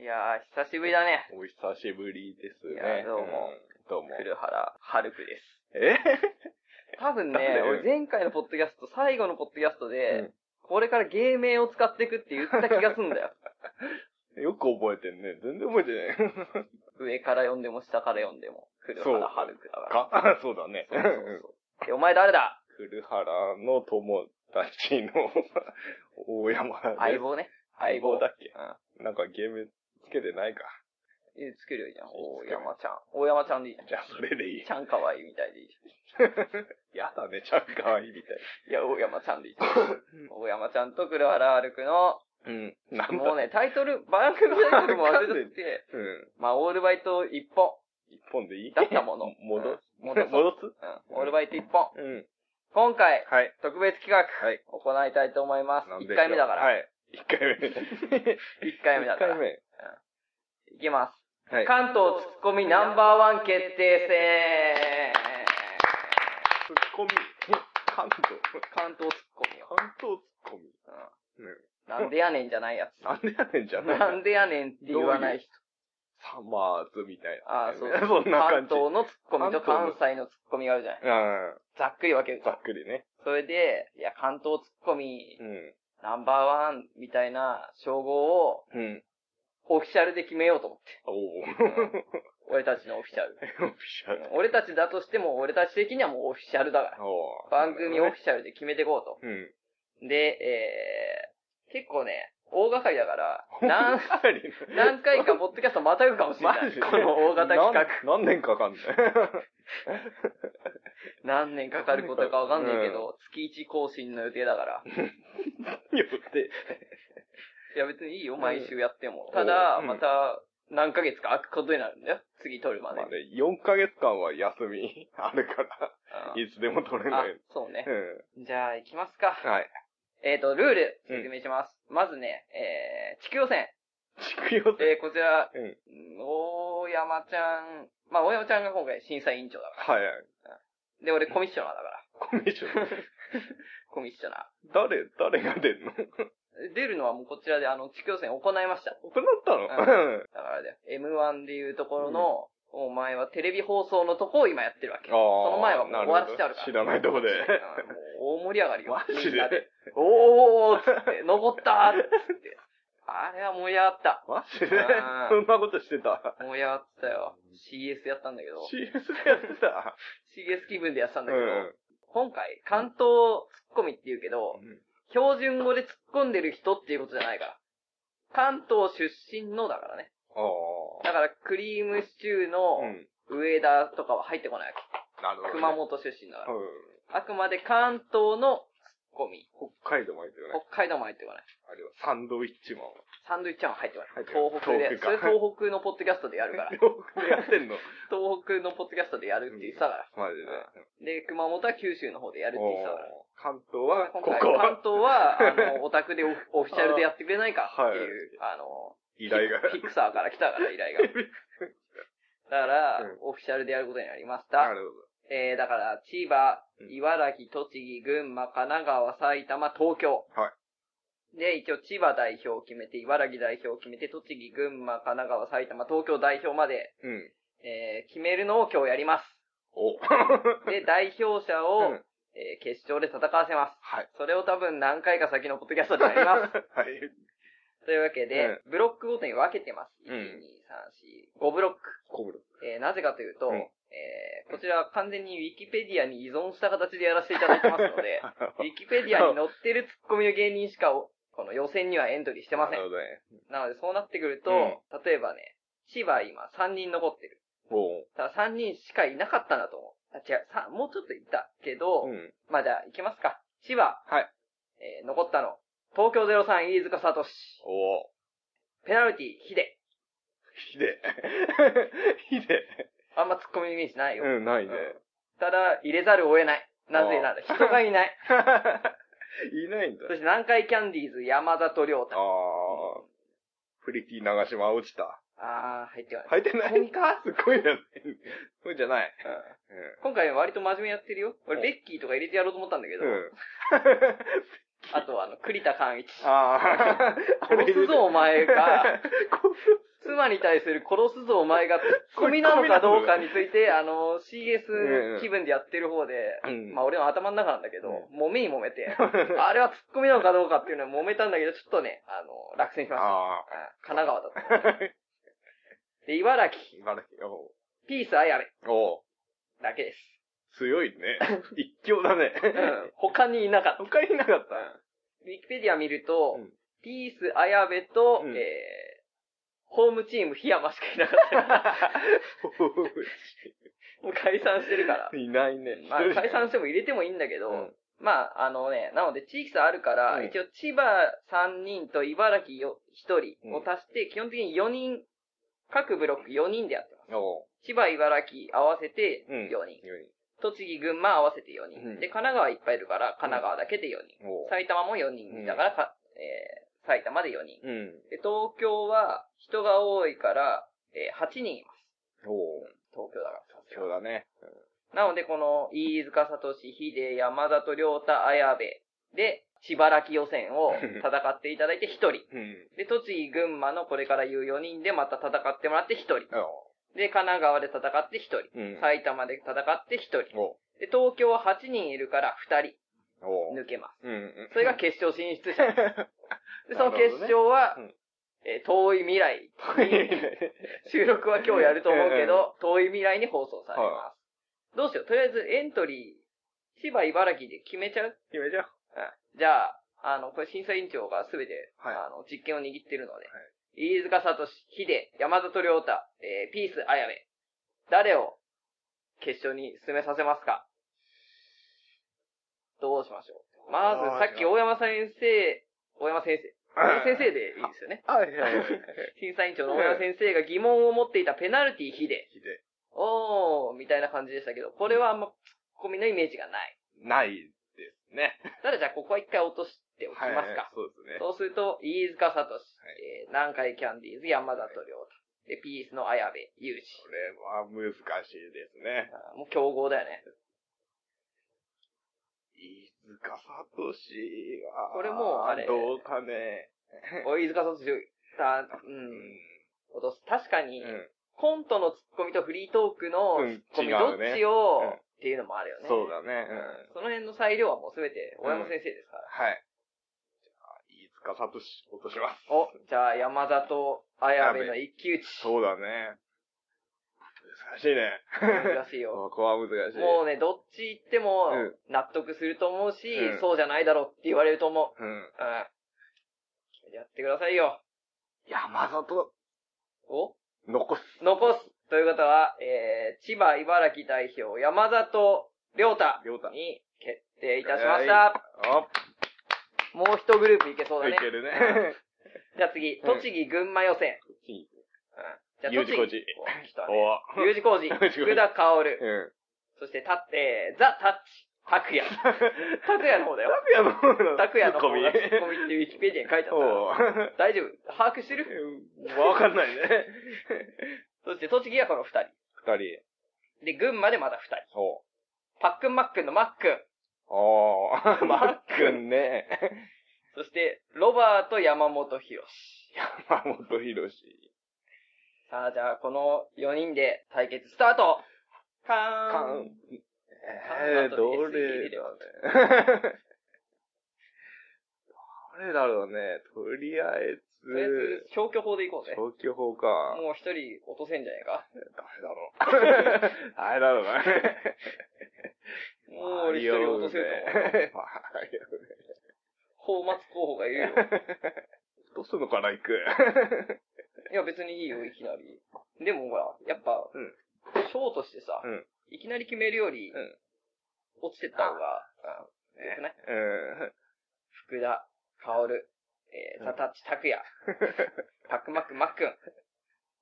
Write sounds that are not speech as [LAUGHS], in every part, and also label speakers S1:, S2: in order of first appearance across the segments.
S1: やー、久しぶりだね。
S2: お久しぶりです
S1: いや
S2: ね。
S1: どうも
S2: んどうも。
S1: 古原春子です。
S2: え
S1: 多分ね、
S2: 誰
S1: 俺前回のポッドキャスト、最後のポッドキャストで、
S2: うん
S1: これから芸名を使っていくって言った気がすんだよ。 [LAUGHS]
S2: よく覚えてんね。全然覚え
S1: [LAUGHS]
S2: てない。
S1: 上から読んでも下から読んでも、古原春子だから。
S2: かそうだね。
S1: そうそうそう。でお前誰だ
S2: 古原の友達の大山です。
S1: 相。棒ね。
S2: 相棒だっけ
S1: うん。
S2: なんかゲームつけてないか。
S1: えつけるよ、じゃん。大山ちゃん。大山ちゃんでいいじゃん。
S2: じゃあそれでいい。
S1: ちゃんかわいいみたいでいいじ
S2: [LAUGHS] やだね、ちゃんかわいいみたい
S1: ゃん。いや、大山ちゃんでいいじゃん。大山ちゃんと黒原歩くの、
S2: な。うん。なんだ
S1: もうね、タイトル、番組タイトルも忘れちゃ
S2: なん
S1: ってて、
S2: うん。
S1: まあ、オールバイト一本。
S2: 一本でいい
S1: だったもの
S2: [LAUGHS] 戻す。
S1: うん戻そう
S2: [LAUGHS] 戻す
S1: うん。オールバイト一本。
S2: うん。
S1: 今回、
S2: はい。
S1: 特別企画、
S2: はい
S1: 行いたいと思います。
S2: なんでしょ
S1: 1
S2: う
S1: 回目だから。
S2: はい。一回目。
S1: [LAUGHS] 1回目だから。
S2: 一回
S1: いきます。
S2: 目。はい。
S1: 関東ツッコミナンバーワン決定戦
S2: ツッコミ。関東。
S1: 関東ツッコミよ。
S2: 関東ツッコミ。ね
S1: なんでやねんじゃないや
S2: [LAUGHS]
S1: つ。
S2: なんでやねんじゃない
S1: なんでやねんって言わない人。
S2: サマーズみたいな。
S1: ああ、そう。
S2: [LAUGHS] そんな
S1: 関
S2: 感じ。
S1: 東のツッコミと関西のツッコミがあるじゃない。
S2: うん。
S1: ざっくり分ける
S2: ざ
S1: と
S2: っ。くりね。
S1: それで、いや、関東ツッコミ
S2: う、ん。
S1: ナンバーワンみたいな称号を
S2: うん。
S1: オフィシャルで決めようと思って。
S2: おお。オフ
S1: 俺たちのオフィシャル。
S2: ィシャル。
S1: 俺たちだとしても、俺たち的にはもうオフィシャルだから。
S2: [LAUGHS] おー
S1: 番組オフィシャルで決めていこう
S2: うん。
S1: と。で、えー、結構ね、大掛かりだ
S2: [LAUGHS]
S1: から、何、
S2: 回り [LAUGHS]
S1: 何回かポッドキャストまたぐかもしれな
S2: マ
S1: い。
S2: ジで
S1: この大型企画。
S2: 何何年
S1: [LAUGHS]
S2: かかんない。
S1: 何年かかることかわかんないけど、月1更新の予定だから。
S2: よって。
S1: いや別にいいよ、
S2: うん
S1: 毎週やっても。
S2: お
S1: ただ、
S2: うん
S1: また、何ヶ月か空くことになるんだよ。次撮るまで。
S2: まあね、4ヶ月間は休みあるから、
S1: うん
S2: いつでも取れ
S1: あ
S2: ない。、
S1: そうね
S2: う。ん。
S1: じゃあ、行きますか。
S2: はい。
S1: えっ、と、ルール、説明します。まずね、えー、地区予選。
S2: 地区予
S1: え
S2: 選。
S1: ー、こちら、
S2: うん。
S1: 大山ちゃん、まあ、大山ちゃんが今回審査委員長だか
S2: はいはい。
S1: ら。で、俺コミッショナーだから。
S2: コミッション。
S1: コミッショナ
S2: 誰、誰が出んの行
S1: ー。出るのはもうこちらで、あの、地区予選行いました。
S2: ったの [LAUGHS] うん。
S1: だからね、M1 でいうところの、お前はテレビ放送のとこを今やってるわけ。その前はもう終わらせてあるから。
S2: なほど知らないとこで。
S1: うんもう大盛り上がりよ。
S2: マジ
S1: みんな
S2: で。
S1: おーおーおーっつって、登ったーっつって。あれは盛り上がった。
S2: マジで
S1: あー
S2: そんなことしてた
S1: 盛り上がったよ。CS やったんだけど、
S2: ?CS でやってた。
S1: CS 気分でやってたんだ
S2: う
S1: けど、
S2: ん。
S1: 今回、関東ツッコミって言うけど、標準語で突っ込んでる人っていうことじゃないから。関東出身のだからね。
S2: あ
S1: だから、クリームシチュー
S2: あ。う
S1: の
S2: ん。
S1: 上田とかは入ってこないわ
S2: なるほ
S1: け。
S2: どね。
S1: 熊本出身だから。
S2: うん。
S1: あくまで関東のツッコミ。
S2: 北海道も入ってるね。
S1: 北海道も入ってこない。
S2: あれはサンドイッチマン。
S1: サンドイッチマンは入ってこない。
S2: 入って
S1: 東
S2: こ
S1: 北
S2: ない
S1: で。
S2: 東
S1: それ
S2: 北か
S1: 東北のポッドキャストでやる
S2: [LAUGHS]
S1: から。
S2: 両国でやっ
S1: [LAUGHS]
S2: てんの
S1: 東北のポッドキャストでやるって言ってたから。
S2: マジで。
S1: で、熊本は九州の方でやるって言ってたから。
S2: おー関東は、こ
S1: 今
S2: こ
S1: 回、
S2: は
S1: 関東は、あの、オタクでオフオフィシャルでやってくれないかっていう、あの、
S2: 依頼が。
S1: ピクサーから来たから、依頼
S2: [LAUGHS]
S1: が。だから、
S2: うん
S1: オフィシャルでやることになりました。
S2: なるほど。
S1: えー、だから、千葉
S2: う、ん
S1: 茨城、栃木、群馬、神奈川、埼玉、東京。
S2: は
S1: で、一応、千葉代表を決めて、茨城代表を決めて、栃木、群馬、神奈川、埼玉、東京代表まで、
S2: うん。
S1: えー、決めるのを今日やり
S2: [LAUGHS]
S1: ます。
S2: お
S1: で、代表者を、
S2: うん
S1: えー決勝で戦わせます。
S2: はい。
S1: それを多分何回か先のポッドキャストでやり
S2: [LAUGHS]
S1: ます。
S2: はい。
S1: というわけで、ブロックごとに分けてます。1、
S2: うん
S1: 2、3、4、5ブロック。
S2: コブロ。
S1: えーなぜかというと、
S2: うん
S1: えーこちらは完全に Wikipedia に依存した形でやらせていただいてますの
S2: [LAUGHS]
S1: で、Wikipedia に載ってるツッコミの芸人しかお、この予選にはエントリーしてません
S2: なる。ほどね。
S1: なのでそうなってくると、
S2: うん
S1: 例えばね、千葉今3人残ってる。
S2: おう
S1: ただ3人しかいなかったんだと思う。あ、違う、さもうちょっといたけど、
S2: うん。
S1: まあじゃあ行きますか。千葉、
S2: はい。
S1: えー残ったの、東京03飯塚聡、
S2: おお。
S1: ペナルティヒデ。
S2: ひで。 [LAUGHS] ひで。
S1: あんま突っ込みイメージないよ。
S2: うん、ないね。
S1: ただ、入れざるを得ない。なぜなら、
S2: あー
S1: 人がいない。
S2: [LAUGHS] いないんだ
S1: そ。して、南海キャンディーズ、山里亮
S2: あ
S1: 太。
S2: あ。プリティ長島落ちた。
S1: あー、入ってこない。
S2: 入ってない
S1: コミカ
S2: すごいだね。そうじゃない。
S1: 今回割と真面目にやってるよ。俺、ベッキーとか入れてやろうと思ったんだけ
S2: う
S1: ど、
S2: ん。うん。
S1: あとは、あの、栗田寛一。
S2: [LAUGHS] ああ。 [LAUGHS]
S1: 殺すぞ、お前が。
S2: 殺す
S1: 熊に対する殺すぞお前がツッコミなのかどうかについて、あの、
S2: うん
S1: CS 気分でやってる方で、
S2: [LAUGHS] うん
S1: まあ俺の頭の中なんだけど、揉めに揉めて、あれはツッコミなのかどうかっていうのは揉めたんだけど、ちょっとね、あの、落選しました。
S2: あ
S1: うん神奈川だった。で、茨城、
S2: ー、茨城、お
S1: ピースあやめ
S2: うおう
S1: だけです。
S2: 強い [LAUGHS] ね。一強だね。
S1: うん他にいなかった。
S2: 他にいなかった。
S1: ウィキペディア見ると、
S2: うん
S1: ピース、綾部と、
S2: うん
S1: えー、ホームチーム、檜山しかいなかった。 [LAUGHS] もう解散してる
S2: [LAUGHS]
S1: から。
S2: いないね。
S1: まあ、解散しても入れてもいいんだけど、
S2: うん
S1: まあ、あのね、なので地域差あるから、
S2: うん
S1: 一応千葉3人と茨城よ1人を足して、基本的に4人、各ブロック4人でやってます。
S2: おう
S1: 千葉、茨城合わせて
S2: うん
S1: 4人。栃木、群馬合わせて4人。
S2: うん
S1: で、神奈川いっぱいいるから、神奈川だけで4人。
S2: おう
S1: 埼玉も4人だからか、えー埼玉で4人。
S2: うん。
S1: で、東京は人が多いから、えー8人います。
S2: おう
S1: 東京だから。
S2: そうだね。
S1: なので、この、飯塚聡、秀、山里亮太、綾部で、千葉らき予選
S2: [LAUGHS]
S1: を戦っていただいて1人。
S2: うん。
S1: で、栃木、群馬のこれから言う4人でまた戦ってもらって1人。
S2: お
S1: で、神奈川で戦って1人。
S2: ううん。
S1: 埼玉で戦って1人。
S2: おう
S1: で、東京は8人いるから2
S2: おう
S1: 人抜けます。
S2: うんうん。
S1: それが
S2: [LAUGHS]
S1: 決勝進出者です。で、その
S2: なる
S1: 決
S2: ほどね
S1: 勝は、
S2: うん
S1: えー遠い未来。収録は今日やると思うけど、遠い未来に放送されます。どうしよう。とりあえずエントリー、千葉、茨城で決めちゃう、
S2: 決めちゃう。
S1: じゃあ、あの、これ審査委員長がすべて、
S2: はい
S1: あの、実権を握ってるので、飯塚聡、秀、山里亮太、えーピース、綾部。誰を決勝に進めさせますかどうしましょう。まず、さっき大山先生、大山先生、大山先
S2: [LAUGHS]
S1: 生でいいですよね。
S2: あ、
S1: [LAUGHS]
S2: いやいやいや。
S1: 審査委員長の大山先生が疑問を持っていたペナルティヒデ。
S2: ひで
S1: おー、みたいな感じでしたけど、これはあんまツッコミのイメージがない。
S2: ないですね。
S1: ただじゃあここは一回落としておきますか。
S2: そうですね。
S1: そうすると、飯塚聡、
S2: い
S1: えー南海キャンディーズ、山里亮太、で、ピースの綾部祐二。
S2: これは難しいですね。
S1: あーもう競合だよね。
S2: 飯塚さとしは、
S1: これもうあれ
S2: どうかね。
S1: お飯塚聡、さう、
S2: うん
S1: 落とす。確かに、
S2: うん
S1: コントのツッコミとフリートークのツッコミ、
S2: うん違
S1: ど
S2: うね
S1: っちを、
S2: うん
S1: っていうのもあるよね。
S2: そうだね。うん
S1: その辺の裁量はもうすべて、大山先生ですから。
S2: はい。じゃあ、飯塚さとし、落とします。
S1: お、じゃあ山里、綾部の一騎打ち。
S2: そうだね。難しいね。
S1: 難し
S2: [LAUGHS]
S1: いよ。
S2: ここは難しい。
S1: もうね、どっち行っても
S2: うん
S1: 納得すると思うし、
S2: うん
S1: そうじゃないだろうって言われると思う。
S2: うん。
S1: うん。決めてやってくださいよ。
S2: 山里、
S1: お
S2: 残す。
S1: 残すという方は、えー、千葉茨城代表山里亮太
S2: 亮太
S1: に決定いたしました。
S2: あ、
S1: もう一グループいけそうだ
S2: い
S1: ね
S2: け。るね。 [LAUGHS]
S1: じゃあ次、
S2: うん
S1: 栃木群馬予選。うん。じゃあ
S2: U 字工
S1: 栃
S2: 事
S1: 木。お来たね
S2: [LAUGHS] お
S1: U 字工事、
S2: U 字工事
S1: 福田薫。
S2: [LAUGHS] うん。
S1: そして、た、えー、ザ・タッチ、拓
S2: [LAUGHS]
S1: 也。拓也の方だよ。
S2: 拓也の方の
S1: 拓也の方がツ
S2: ツッ
S1: ッ
S2: コ
S1: コ
S2: ミ
S1: ミってウィキペディアに書いてあっ
S2: おう
S1: た。大丈夫把握してる
S2: うんわかんないね。
S1: そして、栃木はこの二人。
S2: 二人。
S1: で、群馬でまた二人。
S2: そ
S1: パックンマックンのマックン。
S2: う。おー、マックンね。
S1: そして、ロバート山本博士。
S2: [LAUGHS] 山本博士。
S1: さあ、じゃあ、この4人で対決スタートカ
S2: カ
S1: ーン
S2: ン。えー、どれだろうね。どれだろうね。とりあえ
S1: とりあえ
S2: ず
S1: ず、、消去法でいこうぜ。
S2: 消去法か。
S1: もう一人落とせんじゃねえか。
S2: 誰だ
S1: [LAUGHS]
S2: ろう。あれだろうな。
S1: もう俺一人落とせると思う。
S2: ると思
S1: 泡沫候補がいるよ。
S2: う。落とすのかな、行く。
S1: [LAUGHS] いや、別にいいよ、いきなり。でもほら、やっぱ、
S2: うん
S1: ショーとしてさ、
S2: うん
S1: いきなり決めるより、
S2: うん
S1: 落ちてった方が、よくない
S2: うん。
S1: 福田、薫、えー、
S2: うん
S1: 佐タッチ、拓也、 [LAUGHS] パックマック、マックン、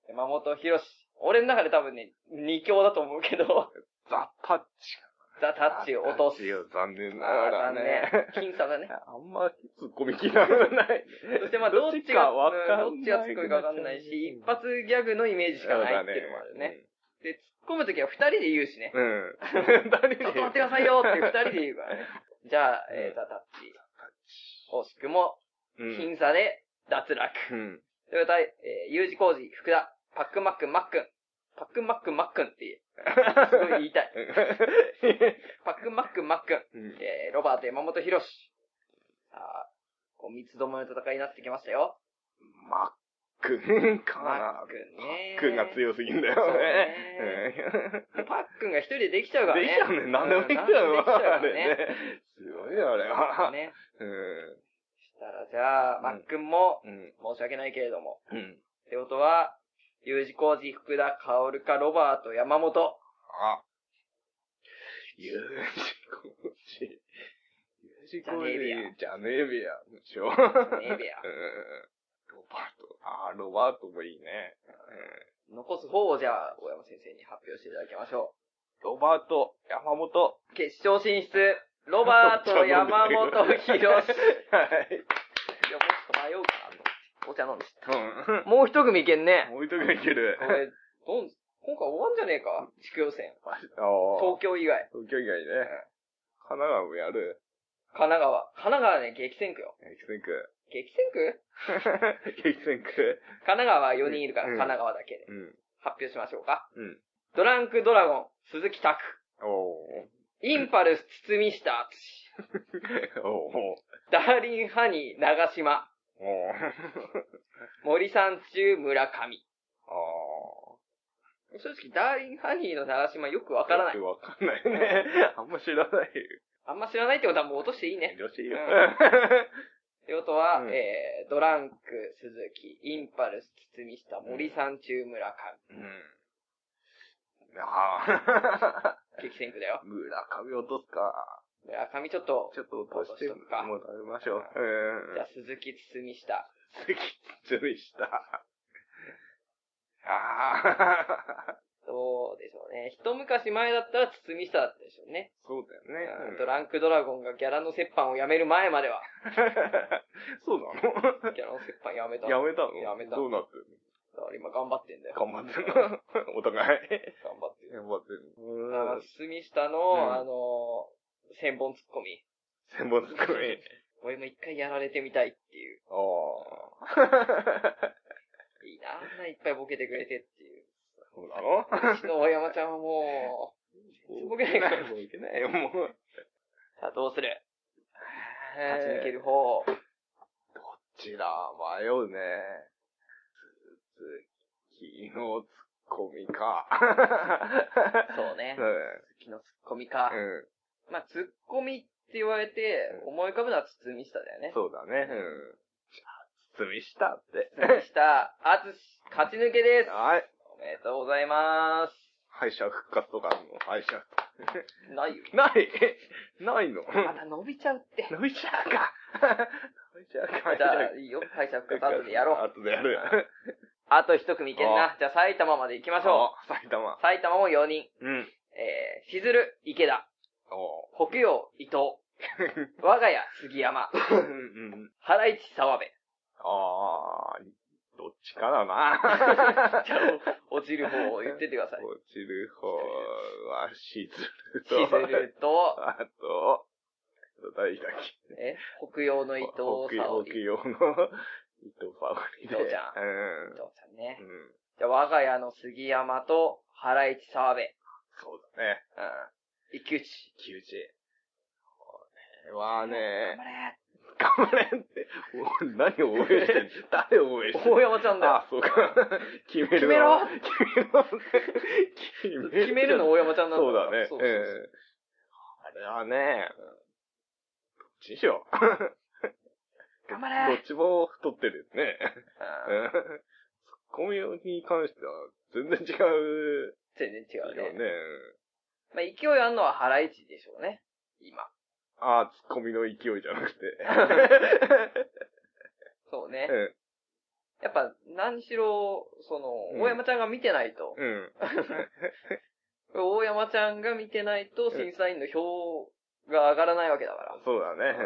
S1: 山本博士。俺の中で多分ね、二強だと思うけ
S2: [LAUGHS]
S1: ど、
S2: ザ・タッチ。
S1: ザ・タッチを落とす
S2: タッ。チを残念なが
S1: あ
S2: ら
S1: ー残
S2: ね。
S1: 念。 [LAUGHS] 僅差
S2: [LAUGHS]
S1: だね。
S2: あんま突っ込み気がない。
S1: そしてまあ、どっちが、
S2: わかんない
S1: うんどっちが強いかわかんないし、一発ギャグのイメージしかないっていうのもあるね。。で、突っ込むときは二人で言うしね。
S2: うん。
S1: ちょっと待ってくださいよって二人で言うからね。
S2: [LAUGHS]
S1: じゃあ、え
S2: う
S1: ー、
S2: ん
S1: ザ・タッチ。惜しくも、
S2: うん
S1: 僅差で脱落。
S2: うん。
S1: ということで、えー、U 字工事、福田、パックンマックンマックン。パックンマックンマックンって言え。すごい言いた [LAUGHS] い。パックンマックンマックン。
S2: うん
S1: えー、ロバート山本博士。さあ、こう三つどもの戦いになってきましたよ。
S2: マックンかな。
S1: マックンね
S2: マックンが強すぎんだよ
S1: そうね
S2: ね。うん
S1: パックンが一人でできちゃうからね。
S2: できちゃうね。何でもできちゃう
S1: うん何でもできちゃうから
S2: あれね
S1: ね。。
S2: すごいよ、あれは。 [LAUGHS]
S1: ね。
S2: うん。
S1: したらじゃあ、マックンも、
S2: うん。
S1: 申し訳ないけれども。
S2: うん。
S1: ってことは、U 字工事、福田、薫か、ロバート、山本。
S2: あ。U 字工事。U 字工事じゃねえべや。でしょ。
S1: ネベア
S2: うん。ロバート。あーロバートもいいね。
S1: 残す方をじゃあ、大山先生に発表していただきましょ
S2: うん。ロバート、山本。
S1: う。決勝進出、ロバート、山本、
S2: [LAUGHS]
S1: 博士。いや、もっ
S2: はい。
S1: と迷うかなと。お茶飲んでし
S2: うん
S1: た。もう一組いけん
S2: [LAUGHS]
S1: ね。
S2: もう一回いける
S1: こ。れ、どん、今回終わんじゃねえか地区予選。
S2: あー
S1: 東京以外。
S2: 東京以外ね。神奈川もやる。
S1: 神奈川。神奈川ね、激戦区よ。
S2: 激戦区。 [LAUGHS]
S1: 激戦区
S2: 激戦区。
S1: 神奈川は4人いるから、
S2: う
S1: 神
S2: ん
S1: 奈川だけで。
S2: うん。
S1: 発表しましょうか。
S2: うん。
S1: ドランクドラゴン、鈴木拓。
S2: おー。
S1: インパルス、堤下敦。
S2: おー。
S1: ダーリン、ハニー、長島。
S2: おー。
S1: 森さん中、村上。
S2: あ
S1: 正直、ダーリン、ハニーの長島よくわ
S2: ー。
S1: からない。
S2: わかんないね。あんま知らない。
S1: あんま知らないってことはもう落としていいね。
S2: よろしいよ。
S1: ってことは、
S2: うん
S1: えー、ドランク、鈴木、インパルス、堤下、森さん中、村
S2: うん。ああ。
S1: 上。激戦区だよ。
S2: 村上落とすか。
S1: 村上ちょっと、
S2: ちょっと落として、もう食べましょう。
S1: じ
S2: う
S1: ゃ
S2: ん
S1: あ。鈴木、堤下。
S2: 席注意した。あ [LAUGHS] あ。
S1: どうでしょうね。一昔前だったら堤下だったでしょうね。
S2: そうだよね。
S1: ドランクドラゴンがギャラの折半をやめる前までは、
S2: [LAUGHS]
S1: [LAUGHS]
S2: そうな
S1: ギャラの折半や
S2: [LAUGHS]
S1: めた。
S2: のやめたの
S1: やめた
S2: どうなってる
S1: だから今 [LAUGHS] 頑張ってんだよ。
S2: の頑張ってんのお [LAUGHS] 互い。
S1: 頑張ってる。
S2: 頑張ってる
S1: あの、堤下の、
S2: うん
S1: あのー、千本突っ込み。
S2: 千本作り。
S1: 俺も一回やられてみたいっていう。
S2: あ [LAUGHS] あ。
S1: いいな、あんないっぱいボケてくれてっていう。
S2: [LAUGHS] そうなの
S1: うちの [LAUGHS] 大山ちゃんはもう、ボケないから。
S2: もういけないよ、もう。
S1: さあ、どうする勝ち抜け
S2: ど
S1: る方。
S2: ちら迷うね。鈴木のツッコミか。
S1: そうね
S2: う。ん
S1: 月のツッコミか。
S2: うん。
S1: まあ、ツッコミって言われて、思い浮かぶのは堤下だよね。
S2: そうだね。うん。じゃあ、包みしたって。
S1: 堤下、あつし、勝ち抜けです。
S2: はい。
S1: おめでとうございます。
S2: 敗者復活とかの敗者。
S1: ないよ。
S2: ない [LAUGHS] ないの
S1: まだ伸びちゃう [LAUGHS] って。
S2: 伸びちゃうか。伸びちゃうか。
S1: じゃあ、いいよ。敗者復活後でやろう。
S2: 後でやる。
S1: あと一組いけんな。じゃあ埼玉まで行きましょ
S2: う。埼玉
S1: う。。埼玉も4人。
S2: うん。
S1: えー、しずる、池田。
S2: お
S1: 北洋、伊 [LAUGHS] 藤。
S2: ー
S1: 我が家、杉山。
S2: うんうん。
S1: 原市、沢部。
S2: あー、どっちかだな。
S1: じゃあ、 [LAUGHS] 落ちる方を言っててくだ
S2: [LAUGHS]
S1: さい。
S2: 落ちる方は、しずる
S1: し
S2: と。
S1: ずると、
S2: あと、誰だっけ
S1: え、北洋の伊藤沙織。
S2: 北
S1: 伊
S2: 洋の伊藤沙織で。
S1: 伊藤ちゃん
S2: うん。
S1: 藤さんね
S2: う。ん。
S1: じゃあ、我が家の杉山と、原市、沢部。
S2: そうだね。
S1: うん。一騎打ち。
S2: 木内。これはね
S1: 頑、張
S2: 頑張れって。お何を応援して
S1: [LAUGHS]
S2: ん誰を応援してん
S1: れ大山ちゃんだよ。
S2: あ、そうか。決
S1: [LAUGHS]
S2: め
S1: 決
S2: る
S1: めろ
S2: の決めろ
S1: 決めるの大山ちゃんなんだ
S2: そうだね。
S1: そうそうそう
S2: うんあれはね、どっちにしよ
S1: [LAUGHS]
S2: う。
S1: 頑張れ
S2: どっちも太ってるよね。
S1: うん
S2: うんツッコミに関しては全然違う
S1: 全然違
S2: よ
S1: うね。
S2: ね。
S1: まあ、勢いあんのは原市でしょうね。今。
S2: ああ、ツッコミの勢いじゃなくて。
S1: そう [LAUGHS] ね。
S2: う
S1: やっぱ、何しろ、そ
S2: うん
S1: の、大山ちゃんが見てないと。
S2: ん。うん。
S1: 大山ちゃんが見てないと、審査員の票が上がらないわけだから。
S2: そうだね。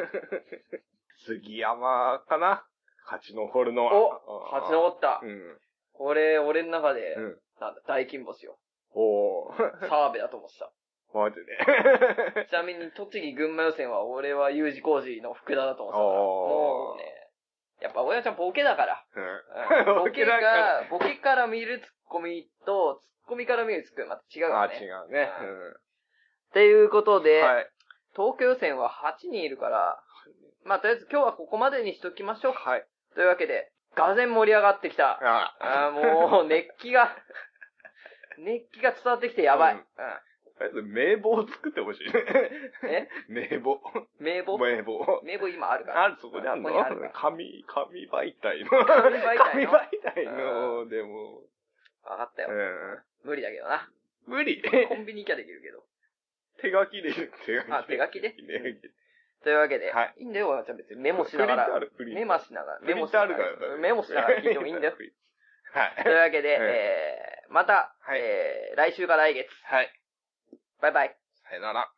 S2: うん杉山かな勝ち残るのは。
S1: お勝ち残った
S2: う。ん。
S1: これ、俺の中で
S2: うん、
S1: なんだ、大金星よ。
S2: おー。 [LAUGHS]
S1: 澤部だと思ってた。
S2: マジで。
S1: ちなみに、栃木群馬予選は、俺は U 字工事の福田だと思ってたから。
S2: おー
S1: もうね、やっぱ、親ちゃんボケだ
S2: [LAUGHS]
S1: から。
S2: うん。
S1: ボケ
S2: だから
S1: が、ボケから見るツッコミと、ツッコミから見るツッコミまた違う
S2: あ
S1: よ、
S2: 違
S1: ね。
S2: うね。
S1: っていうこと
S2: う
S1: で、
S2: ん。はい。
S1: 東京予選は8人いるから、まあ、とりあえず今日はここまでにしときましょうか。
S2: はい。
S1: というわけで、がぜん盛り上がってきた。
S2: あ
S1: あーもう、熱気が、熱気が伝わってきてやばい。
S2: うん
S1: う
S2: とりあえず名簿を作ってほしいね。
S1: ん。え
S2: 名簿。
S1: 名簿
S2: 名簿。
S1: 名簿今あるから。
S2: ある、そこにあるの
S1: ここにあるから
S2: 紙、紙媒体の。
S1: 紙媒体
S2: 紙
S1: の
S2: 媒体の、でも、
S1: わかったよ。
S2: う
S1: 無理だけどな。
S2: ん。無理。
S1: コンビニ行きゃできるけど。
S2: 手書きで言う手書き。
S1: あ手書きで
S2: 手書きで。
S1: というわけで、、
S2: はい
S1: いんだよ、おばちゃん別にメモしながら。
S2: プリン
S1: メ
S2: トあ
S1: モ
S2: る、
S1: しながら。
S2: プリ
S1: メ
S2: ント。プリ
S1: モ
S2: ン
S1: し
S2: ト
S1: な
S2: あ
S1: が
S2: るから
S1: ら。メモしながら聞いてもいいん
S2: [LAUGHS]
S1: だよ。。という
S2: はい。
S1: わけで、
S2: はい
S1: えー、また、
S2: はい
S1: えー、来週か来月。
S2: はい。
S1: バイバイ。
S2: さよなら。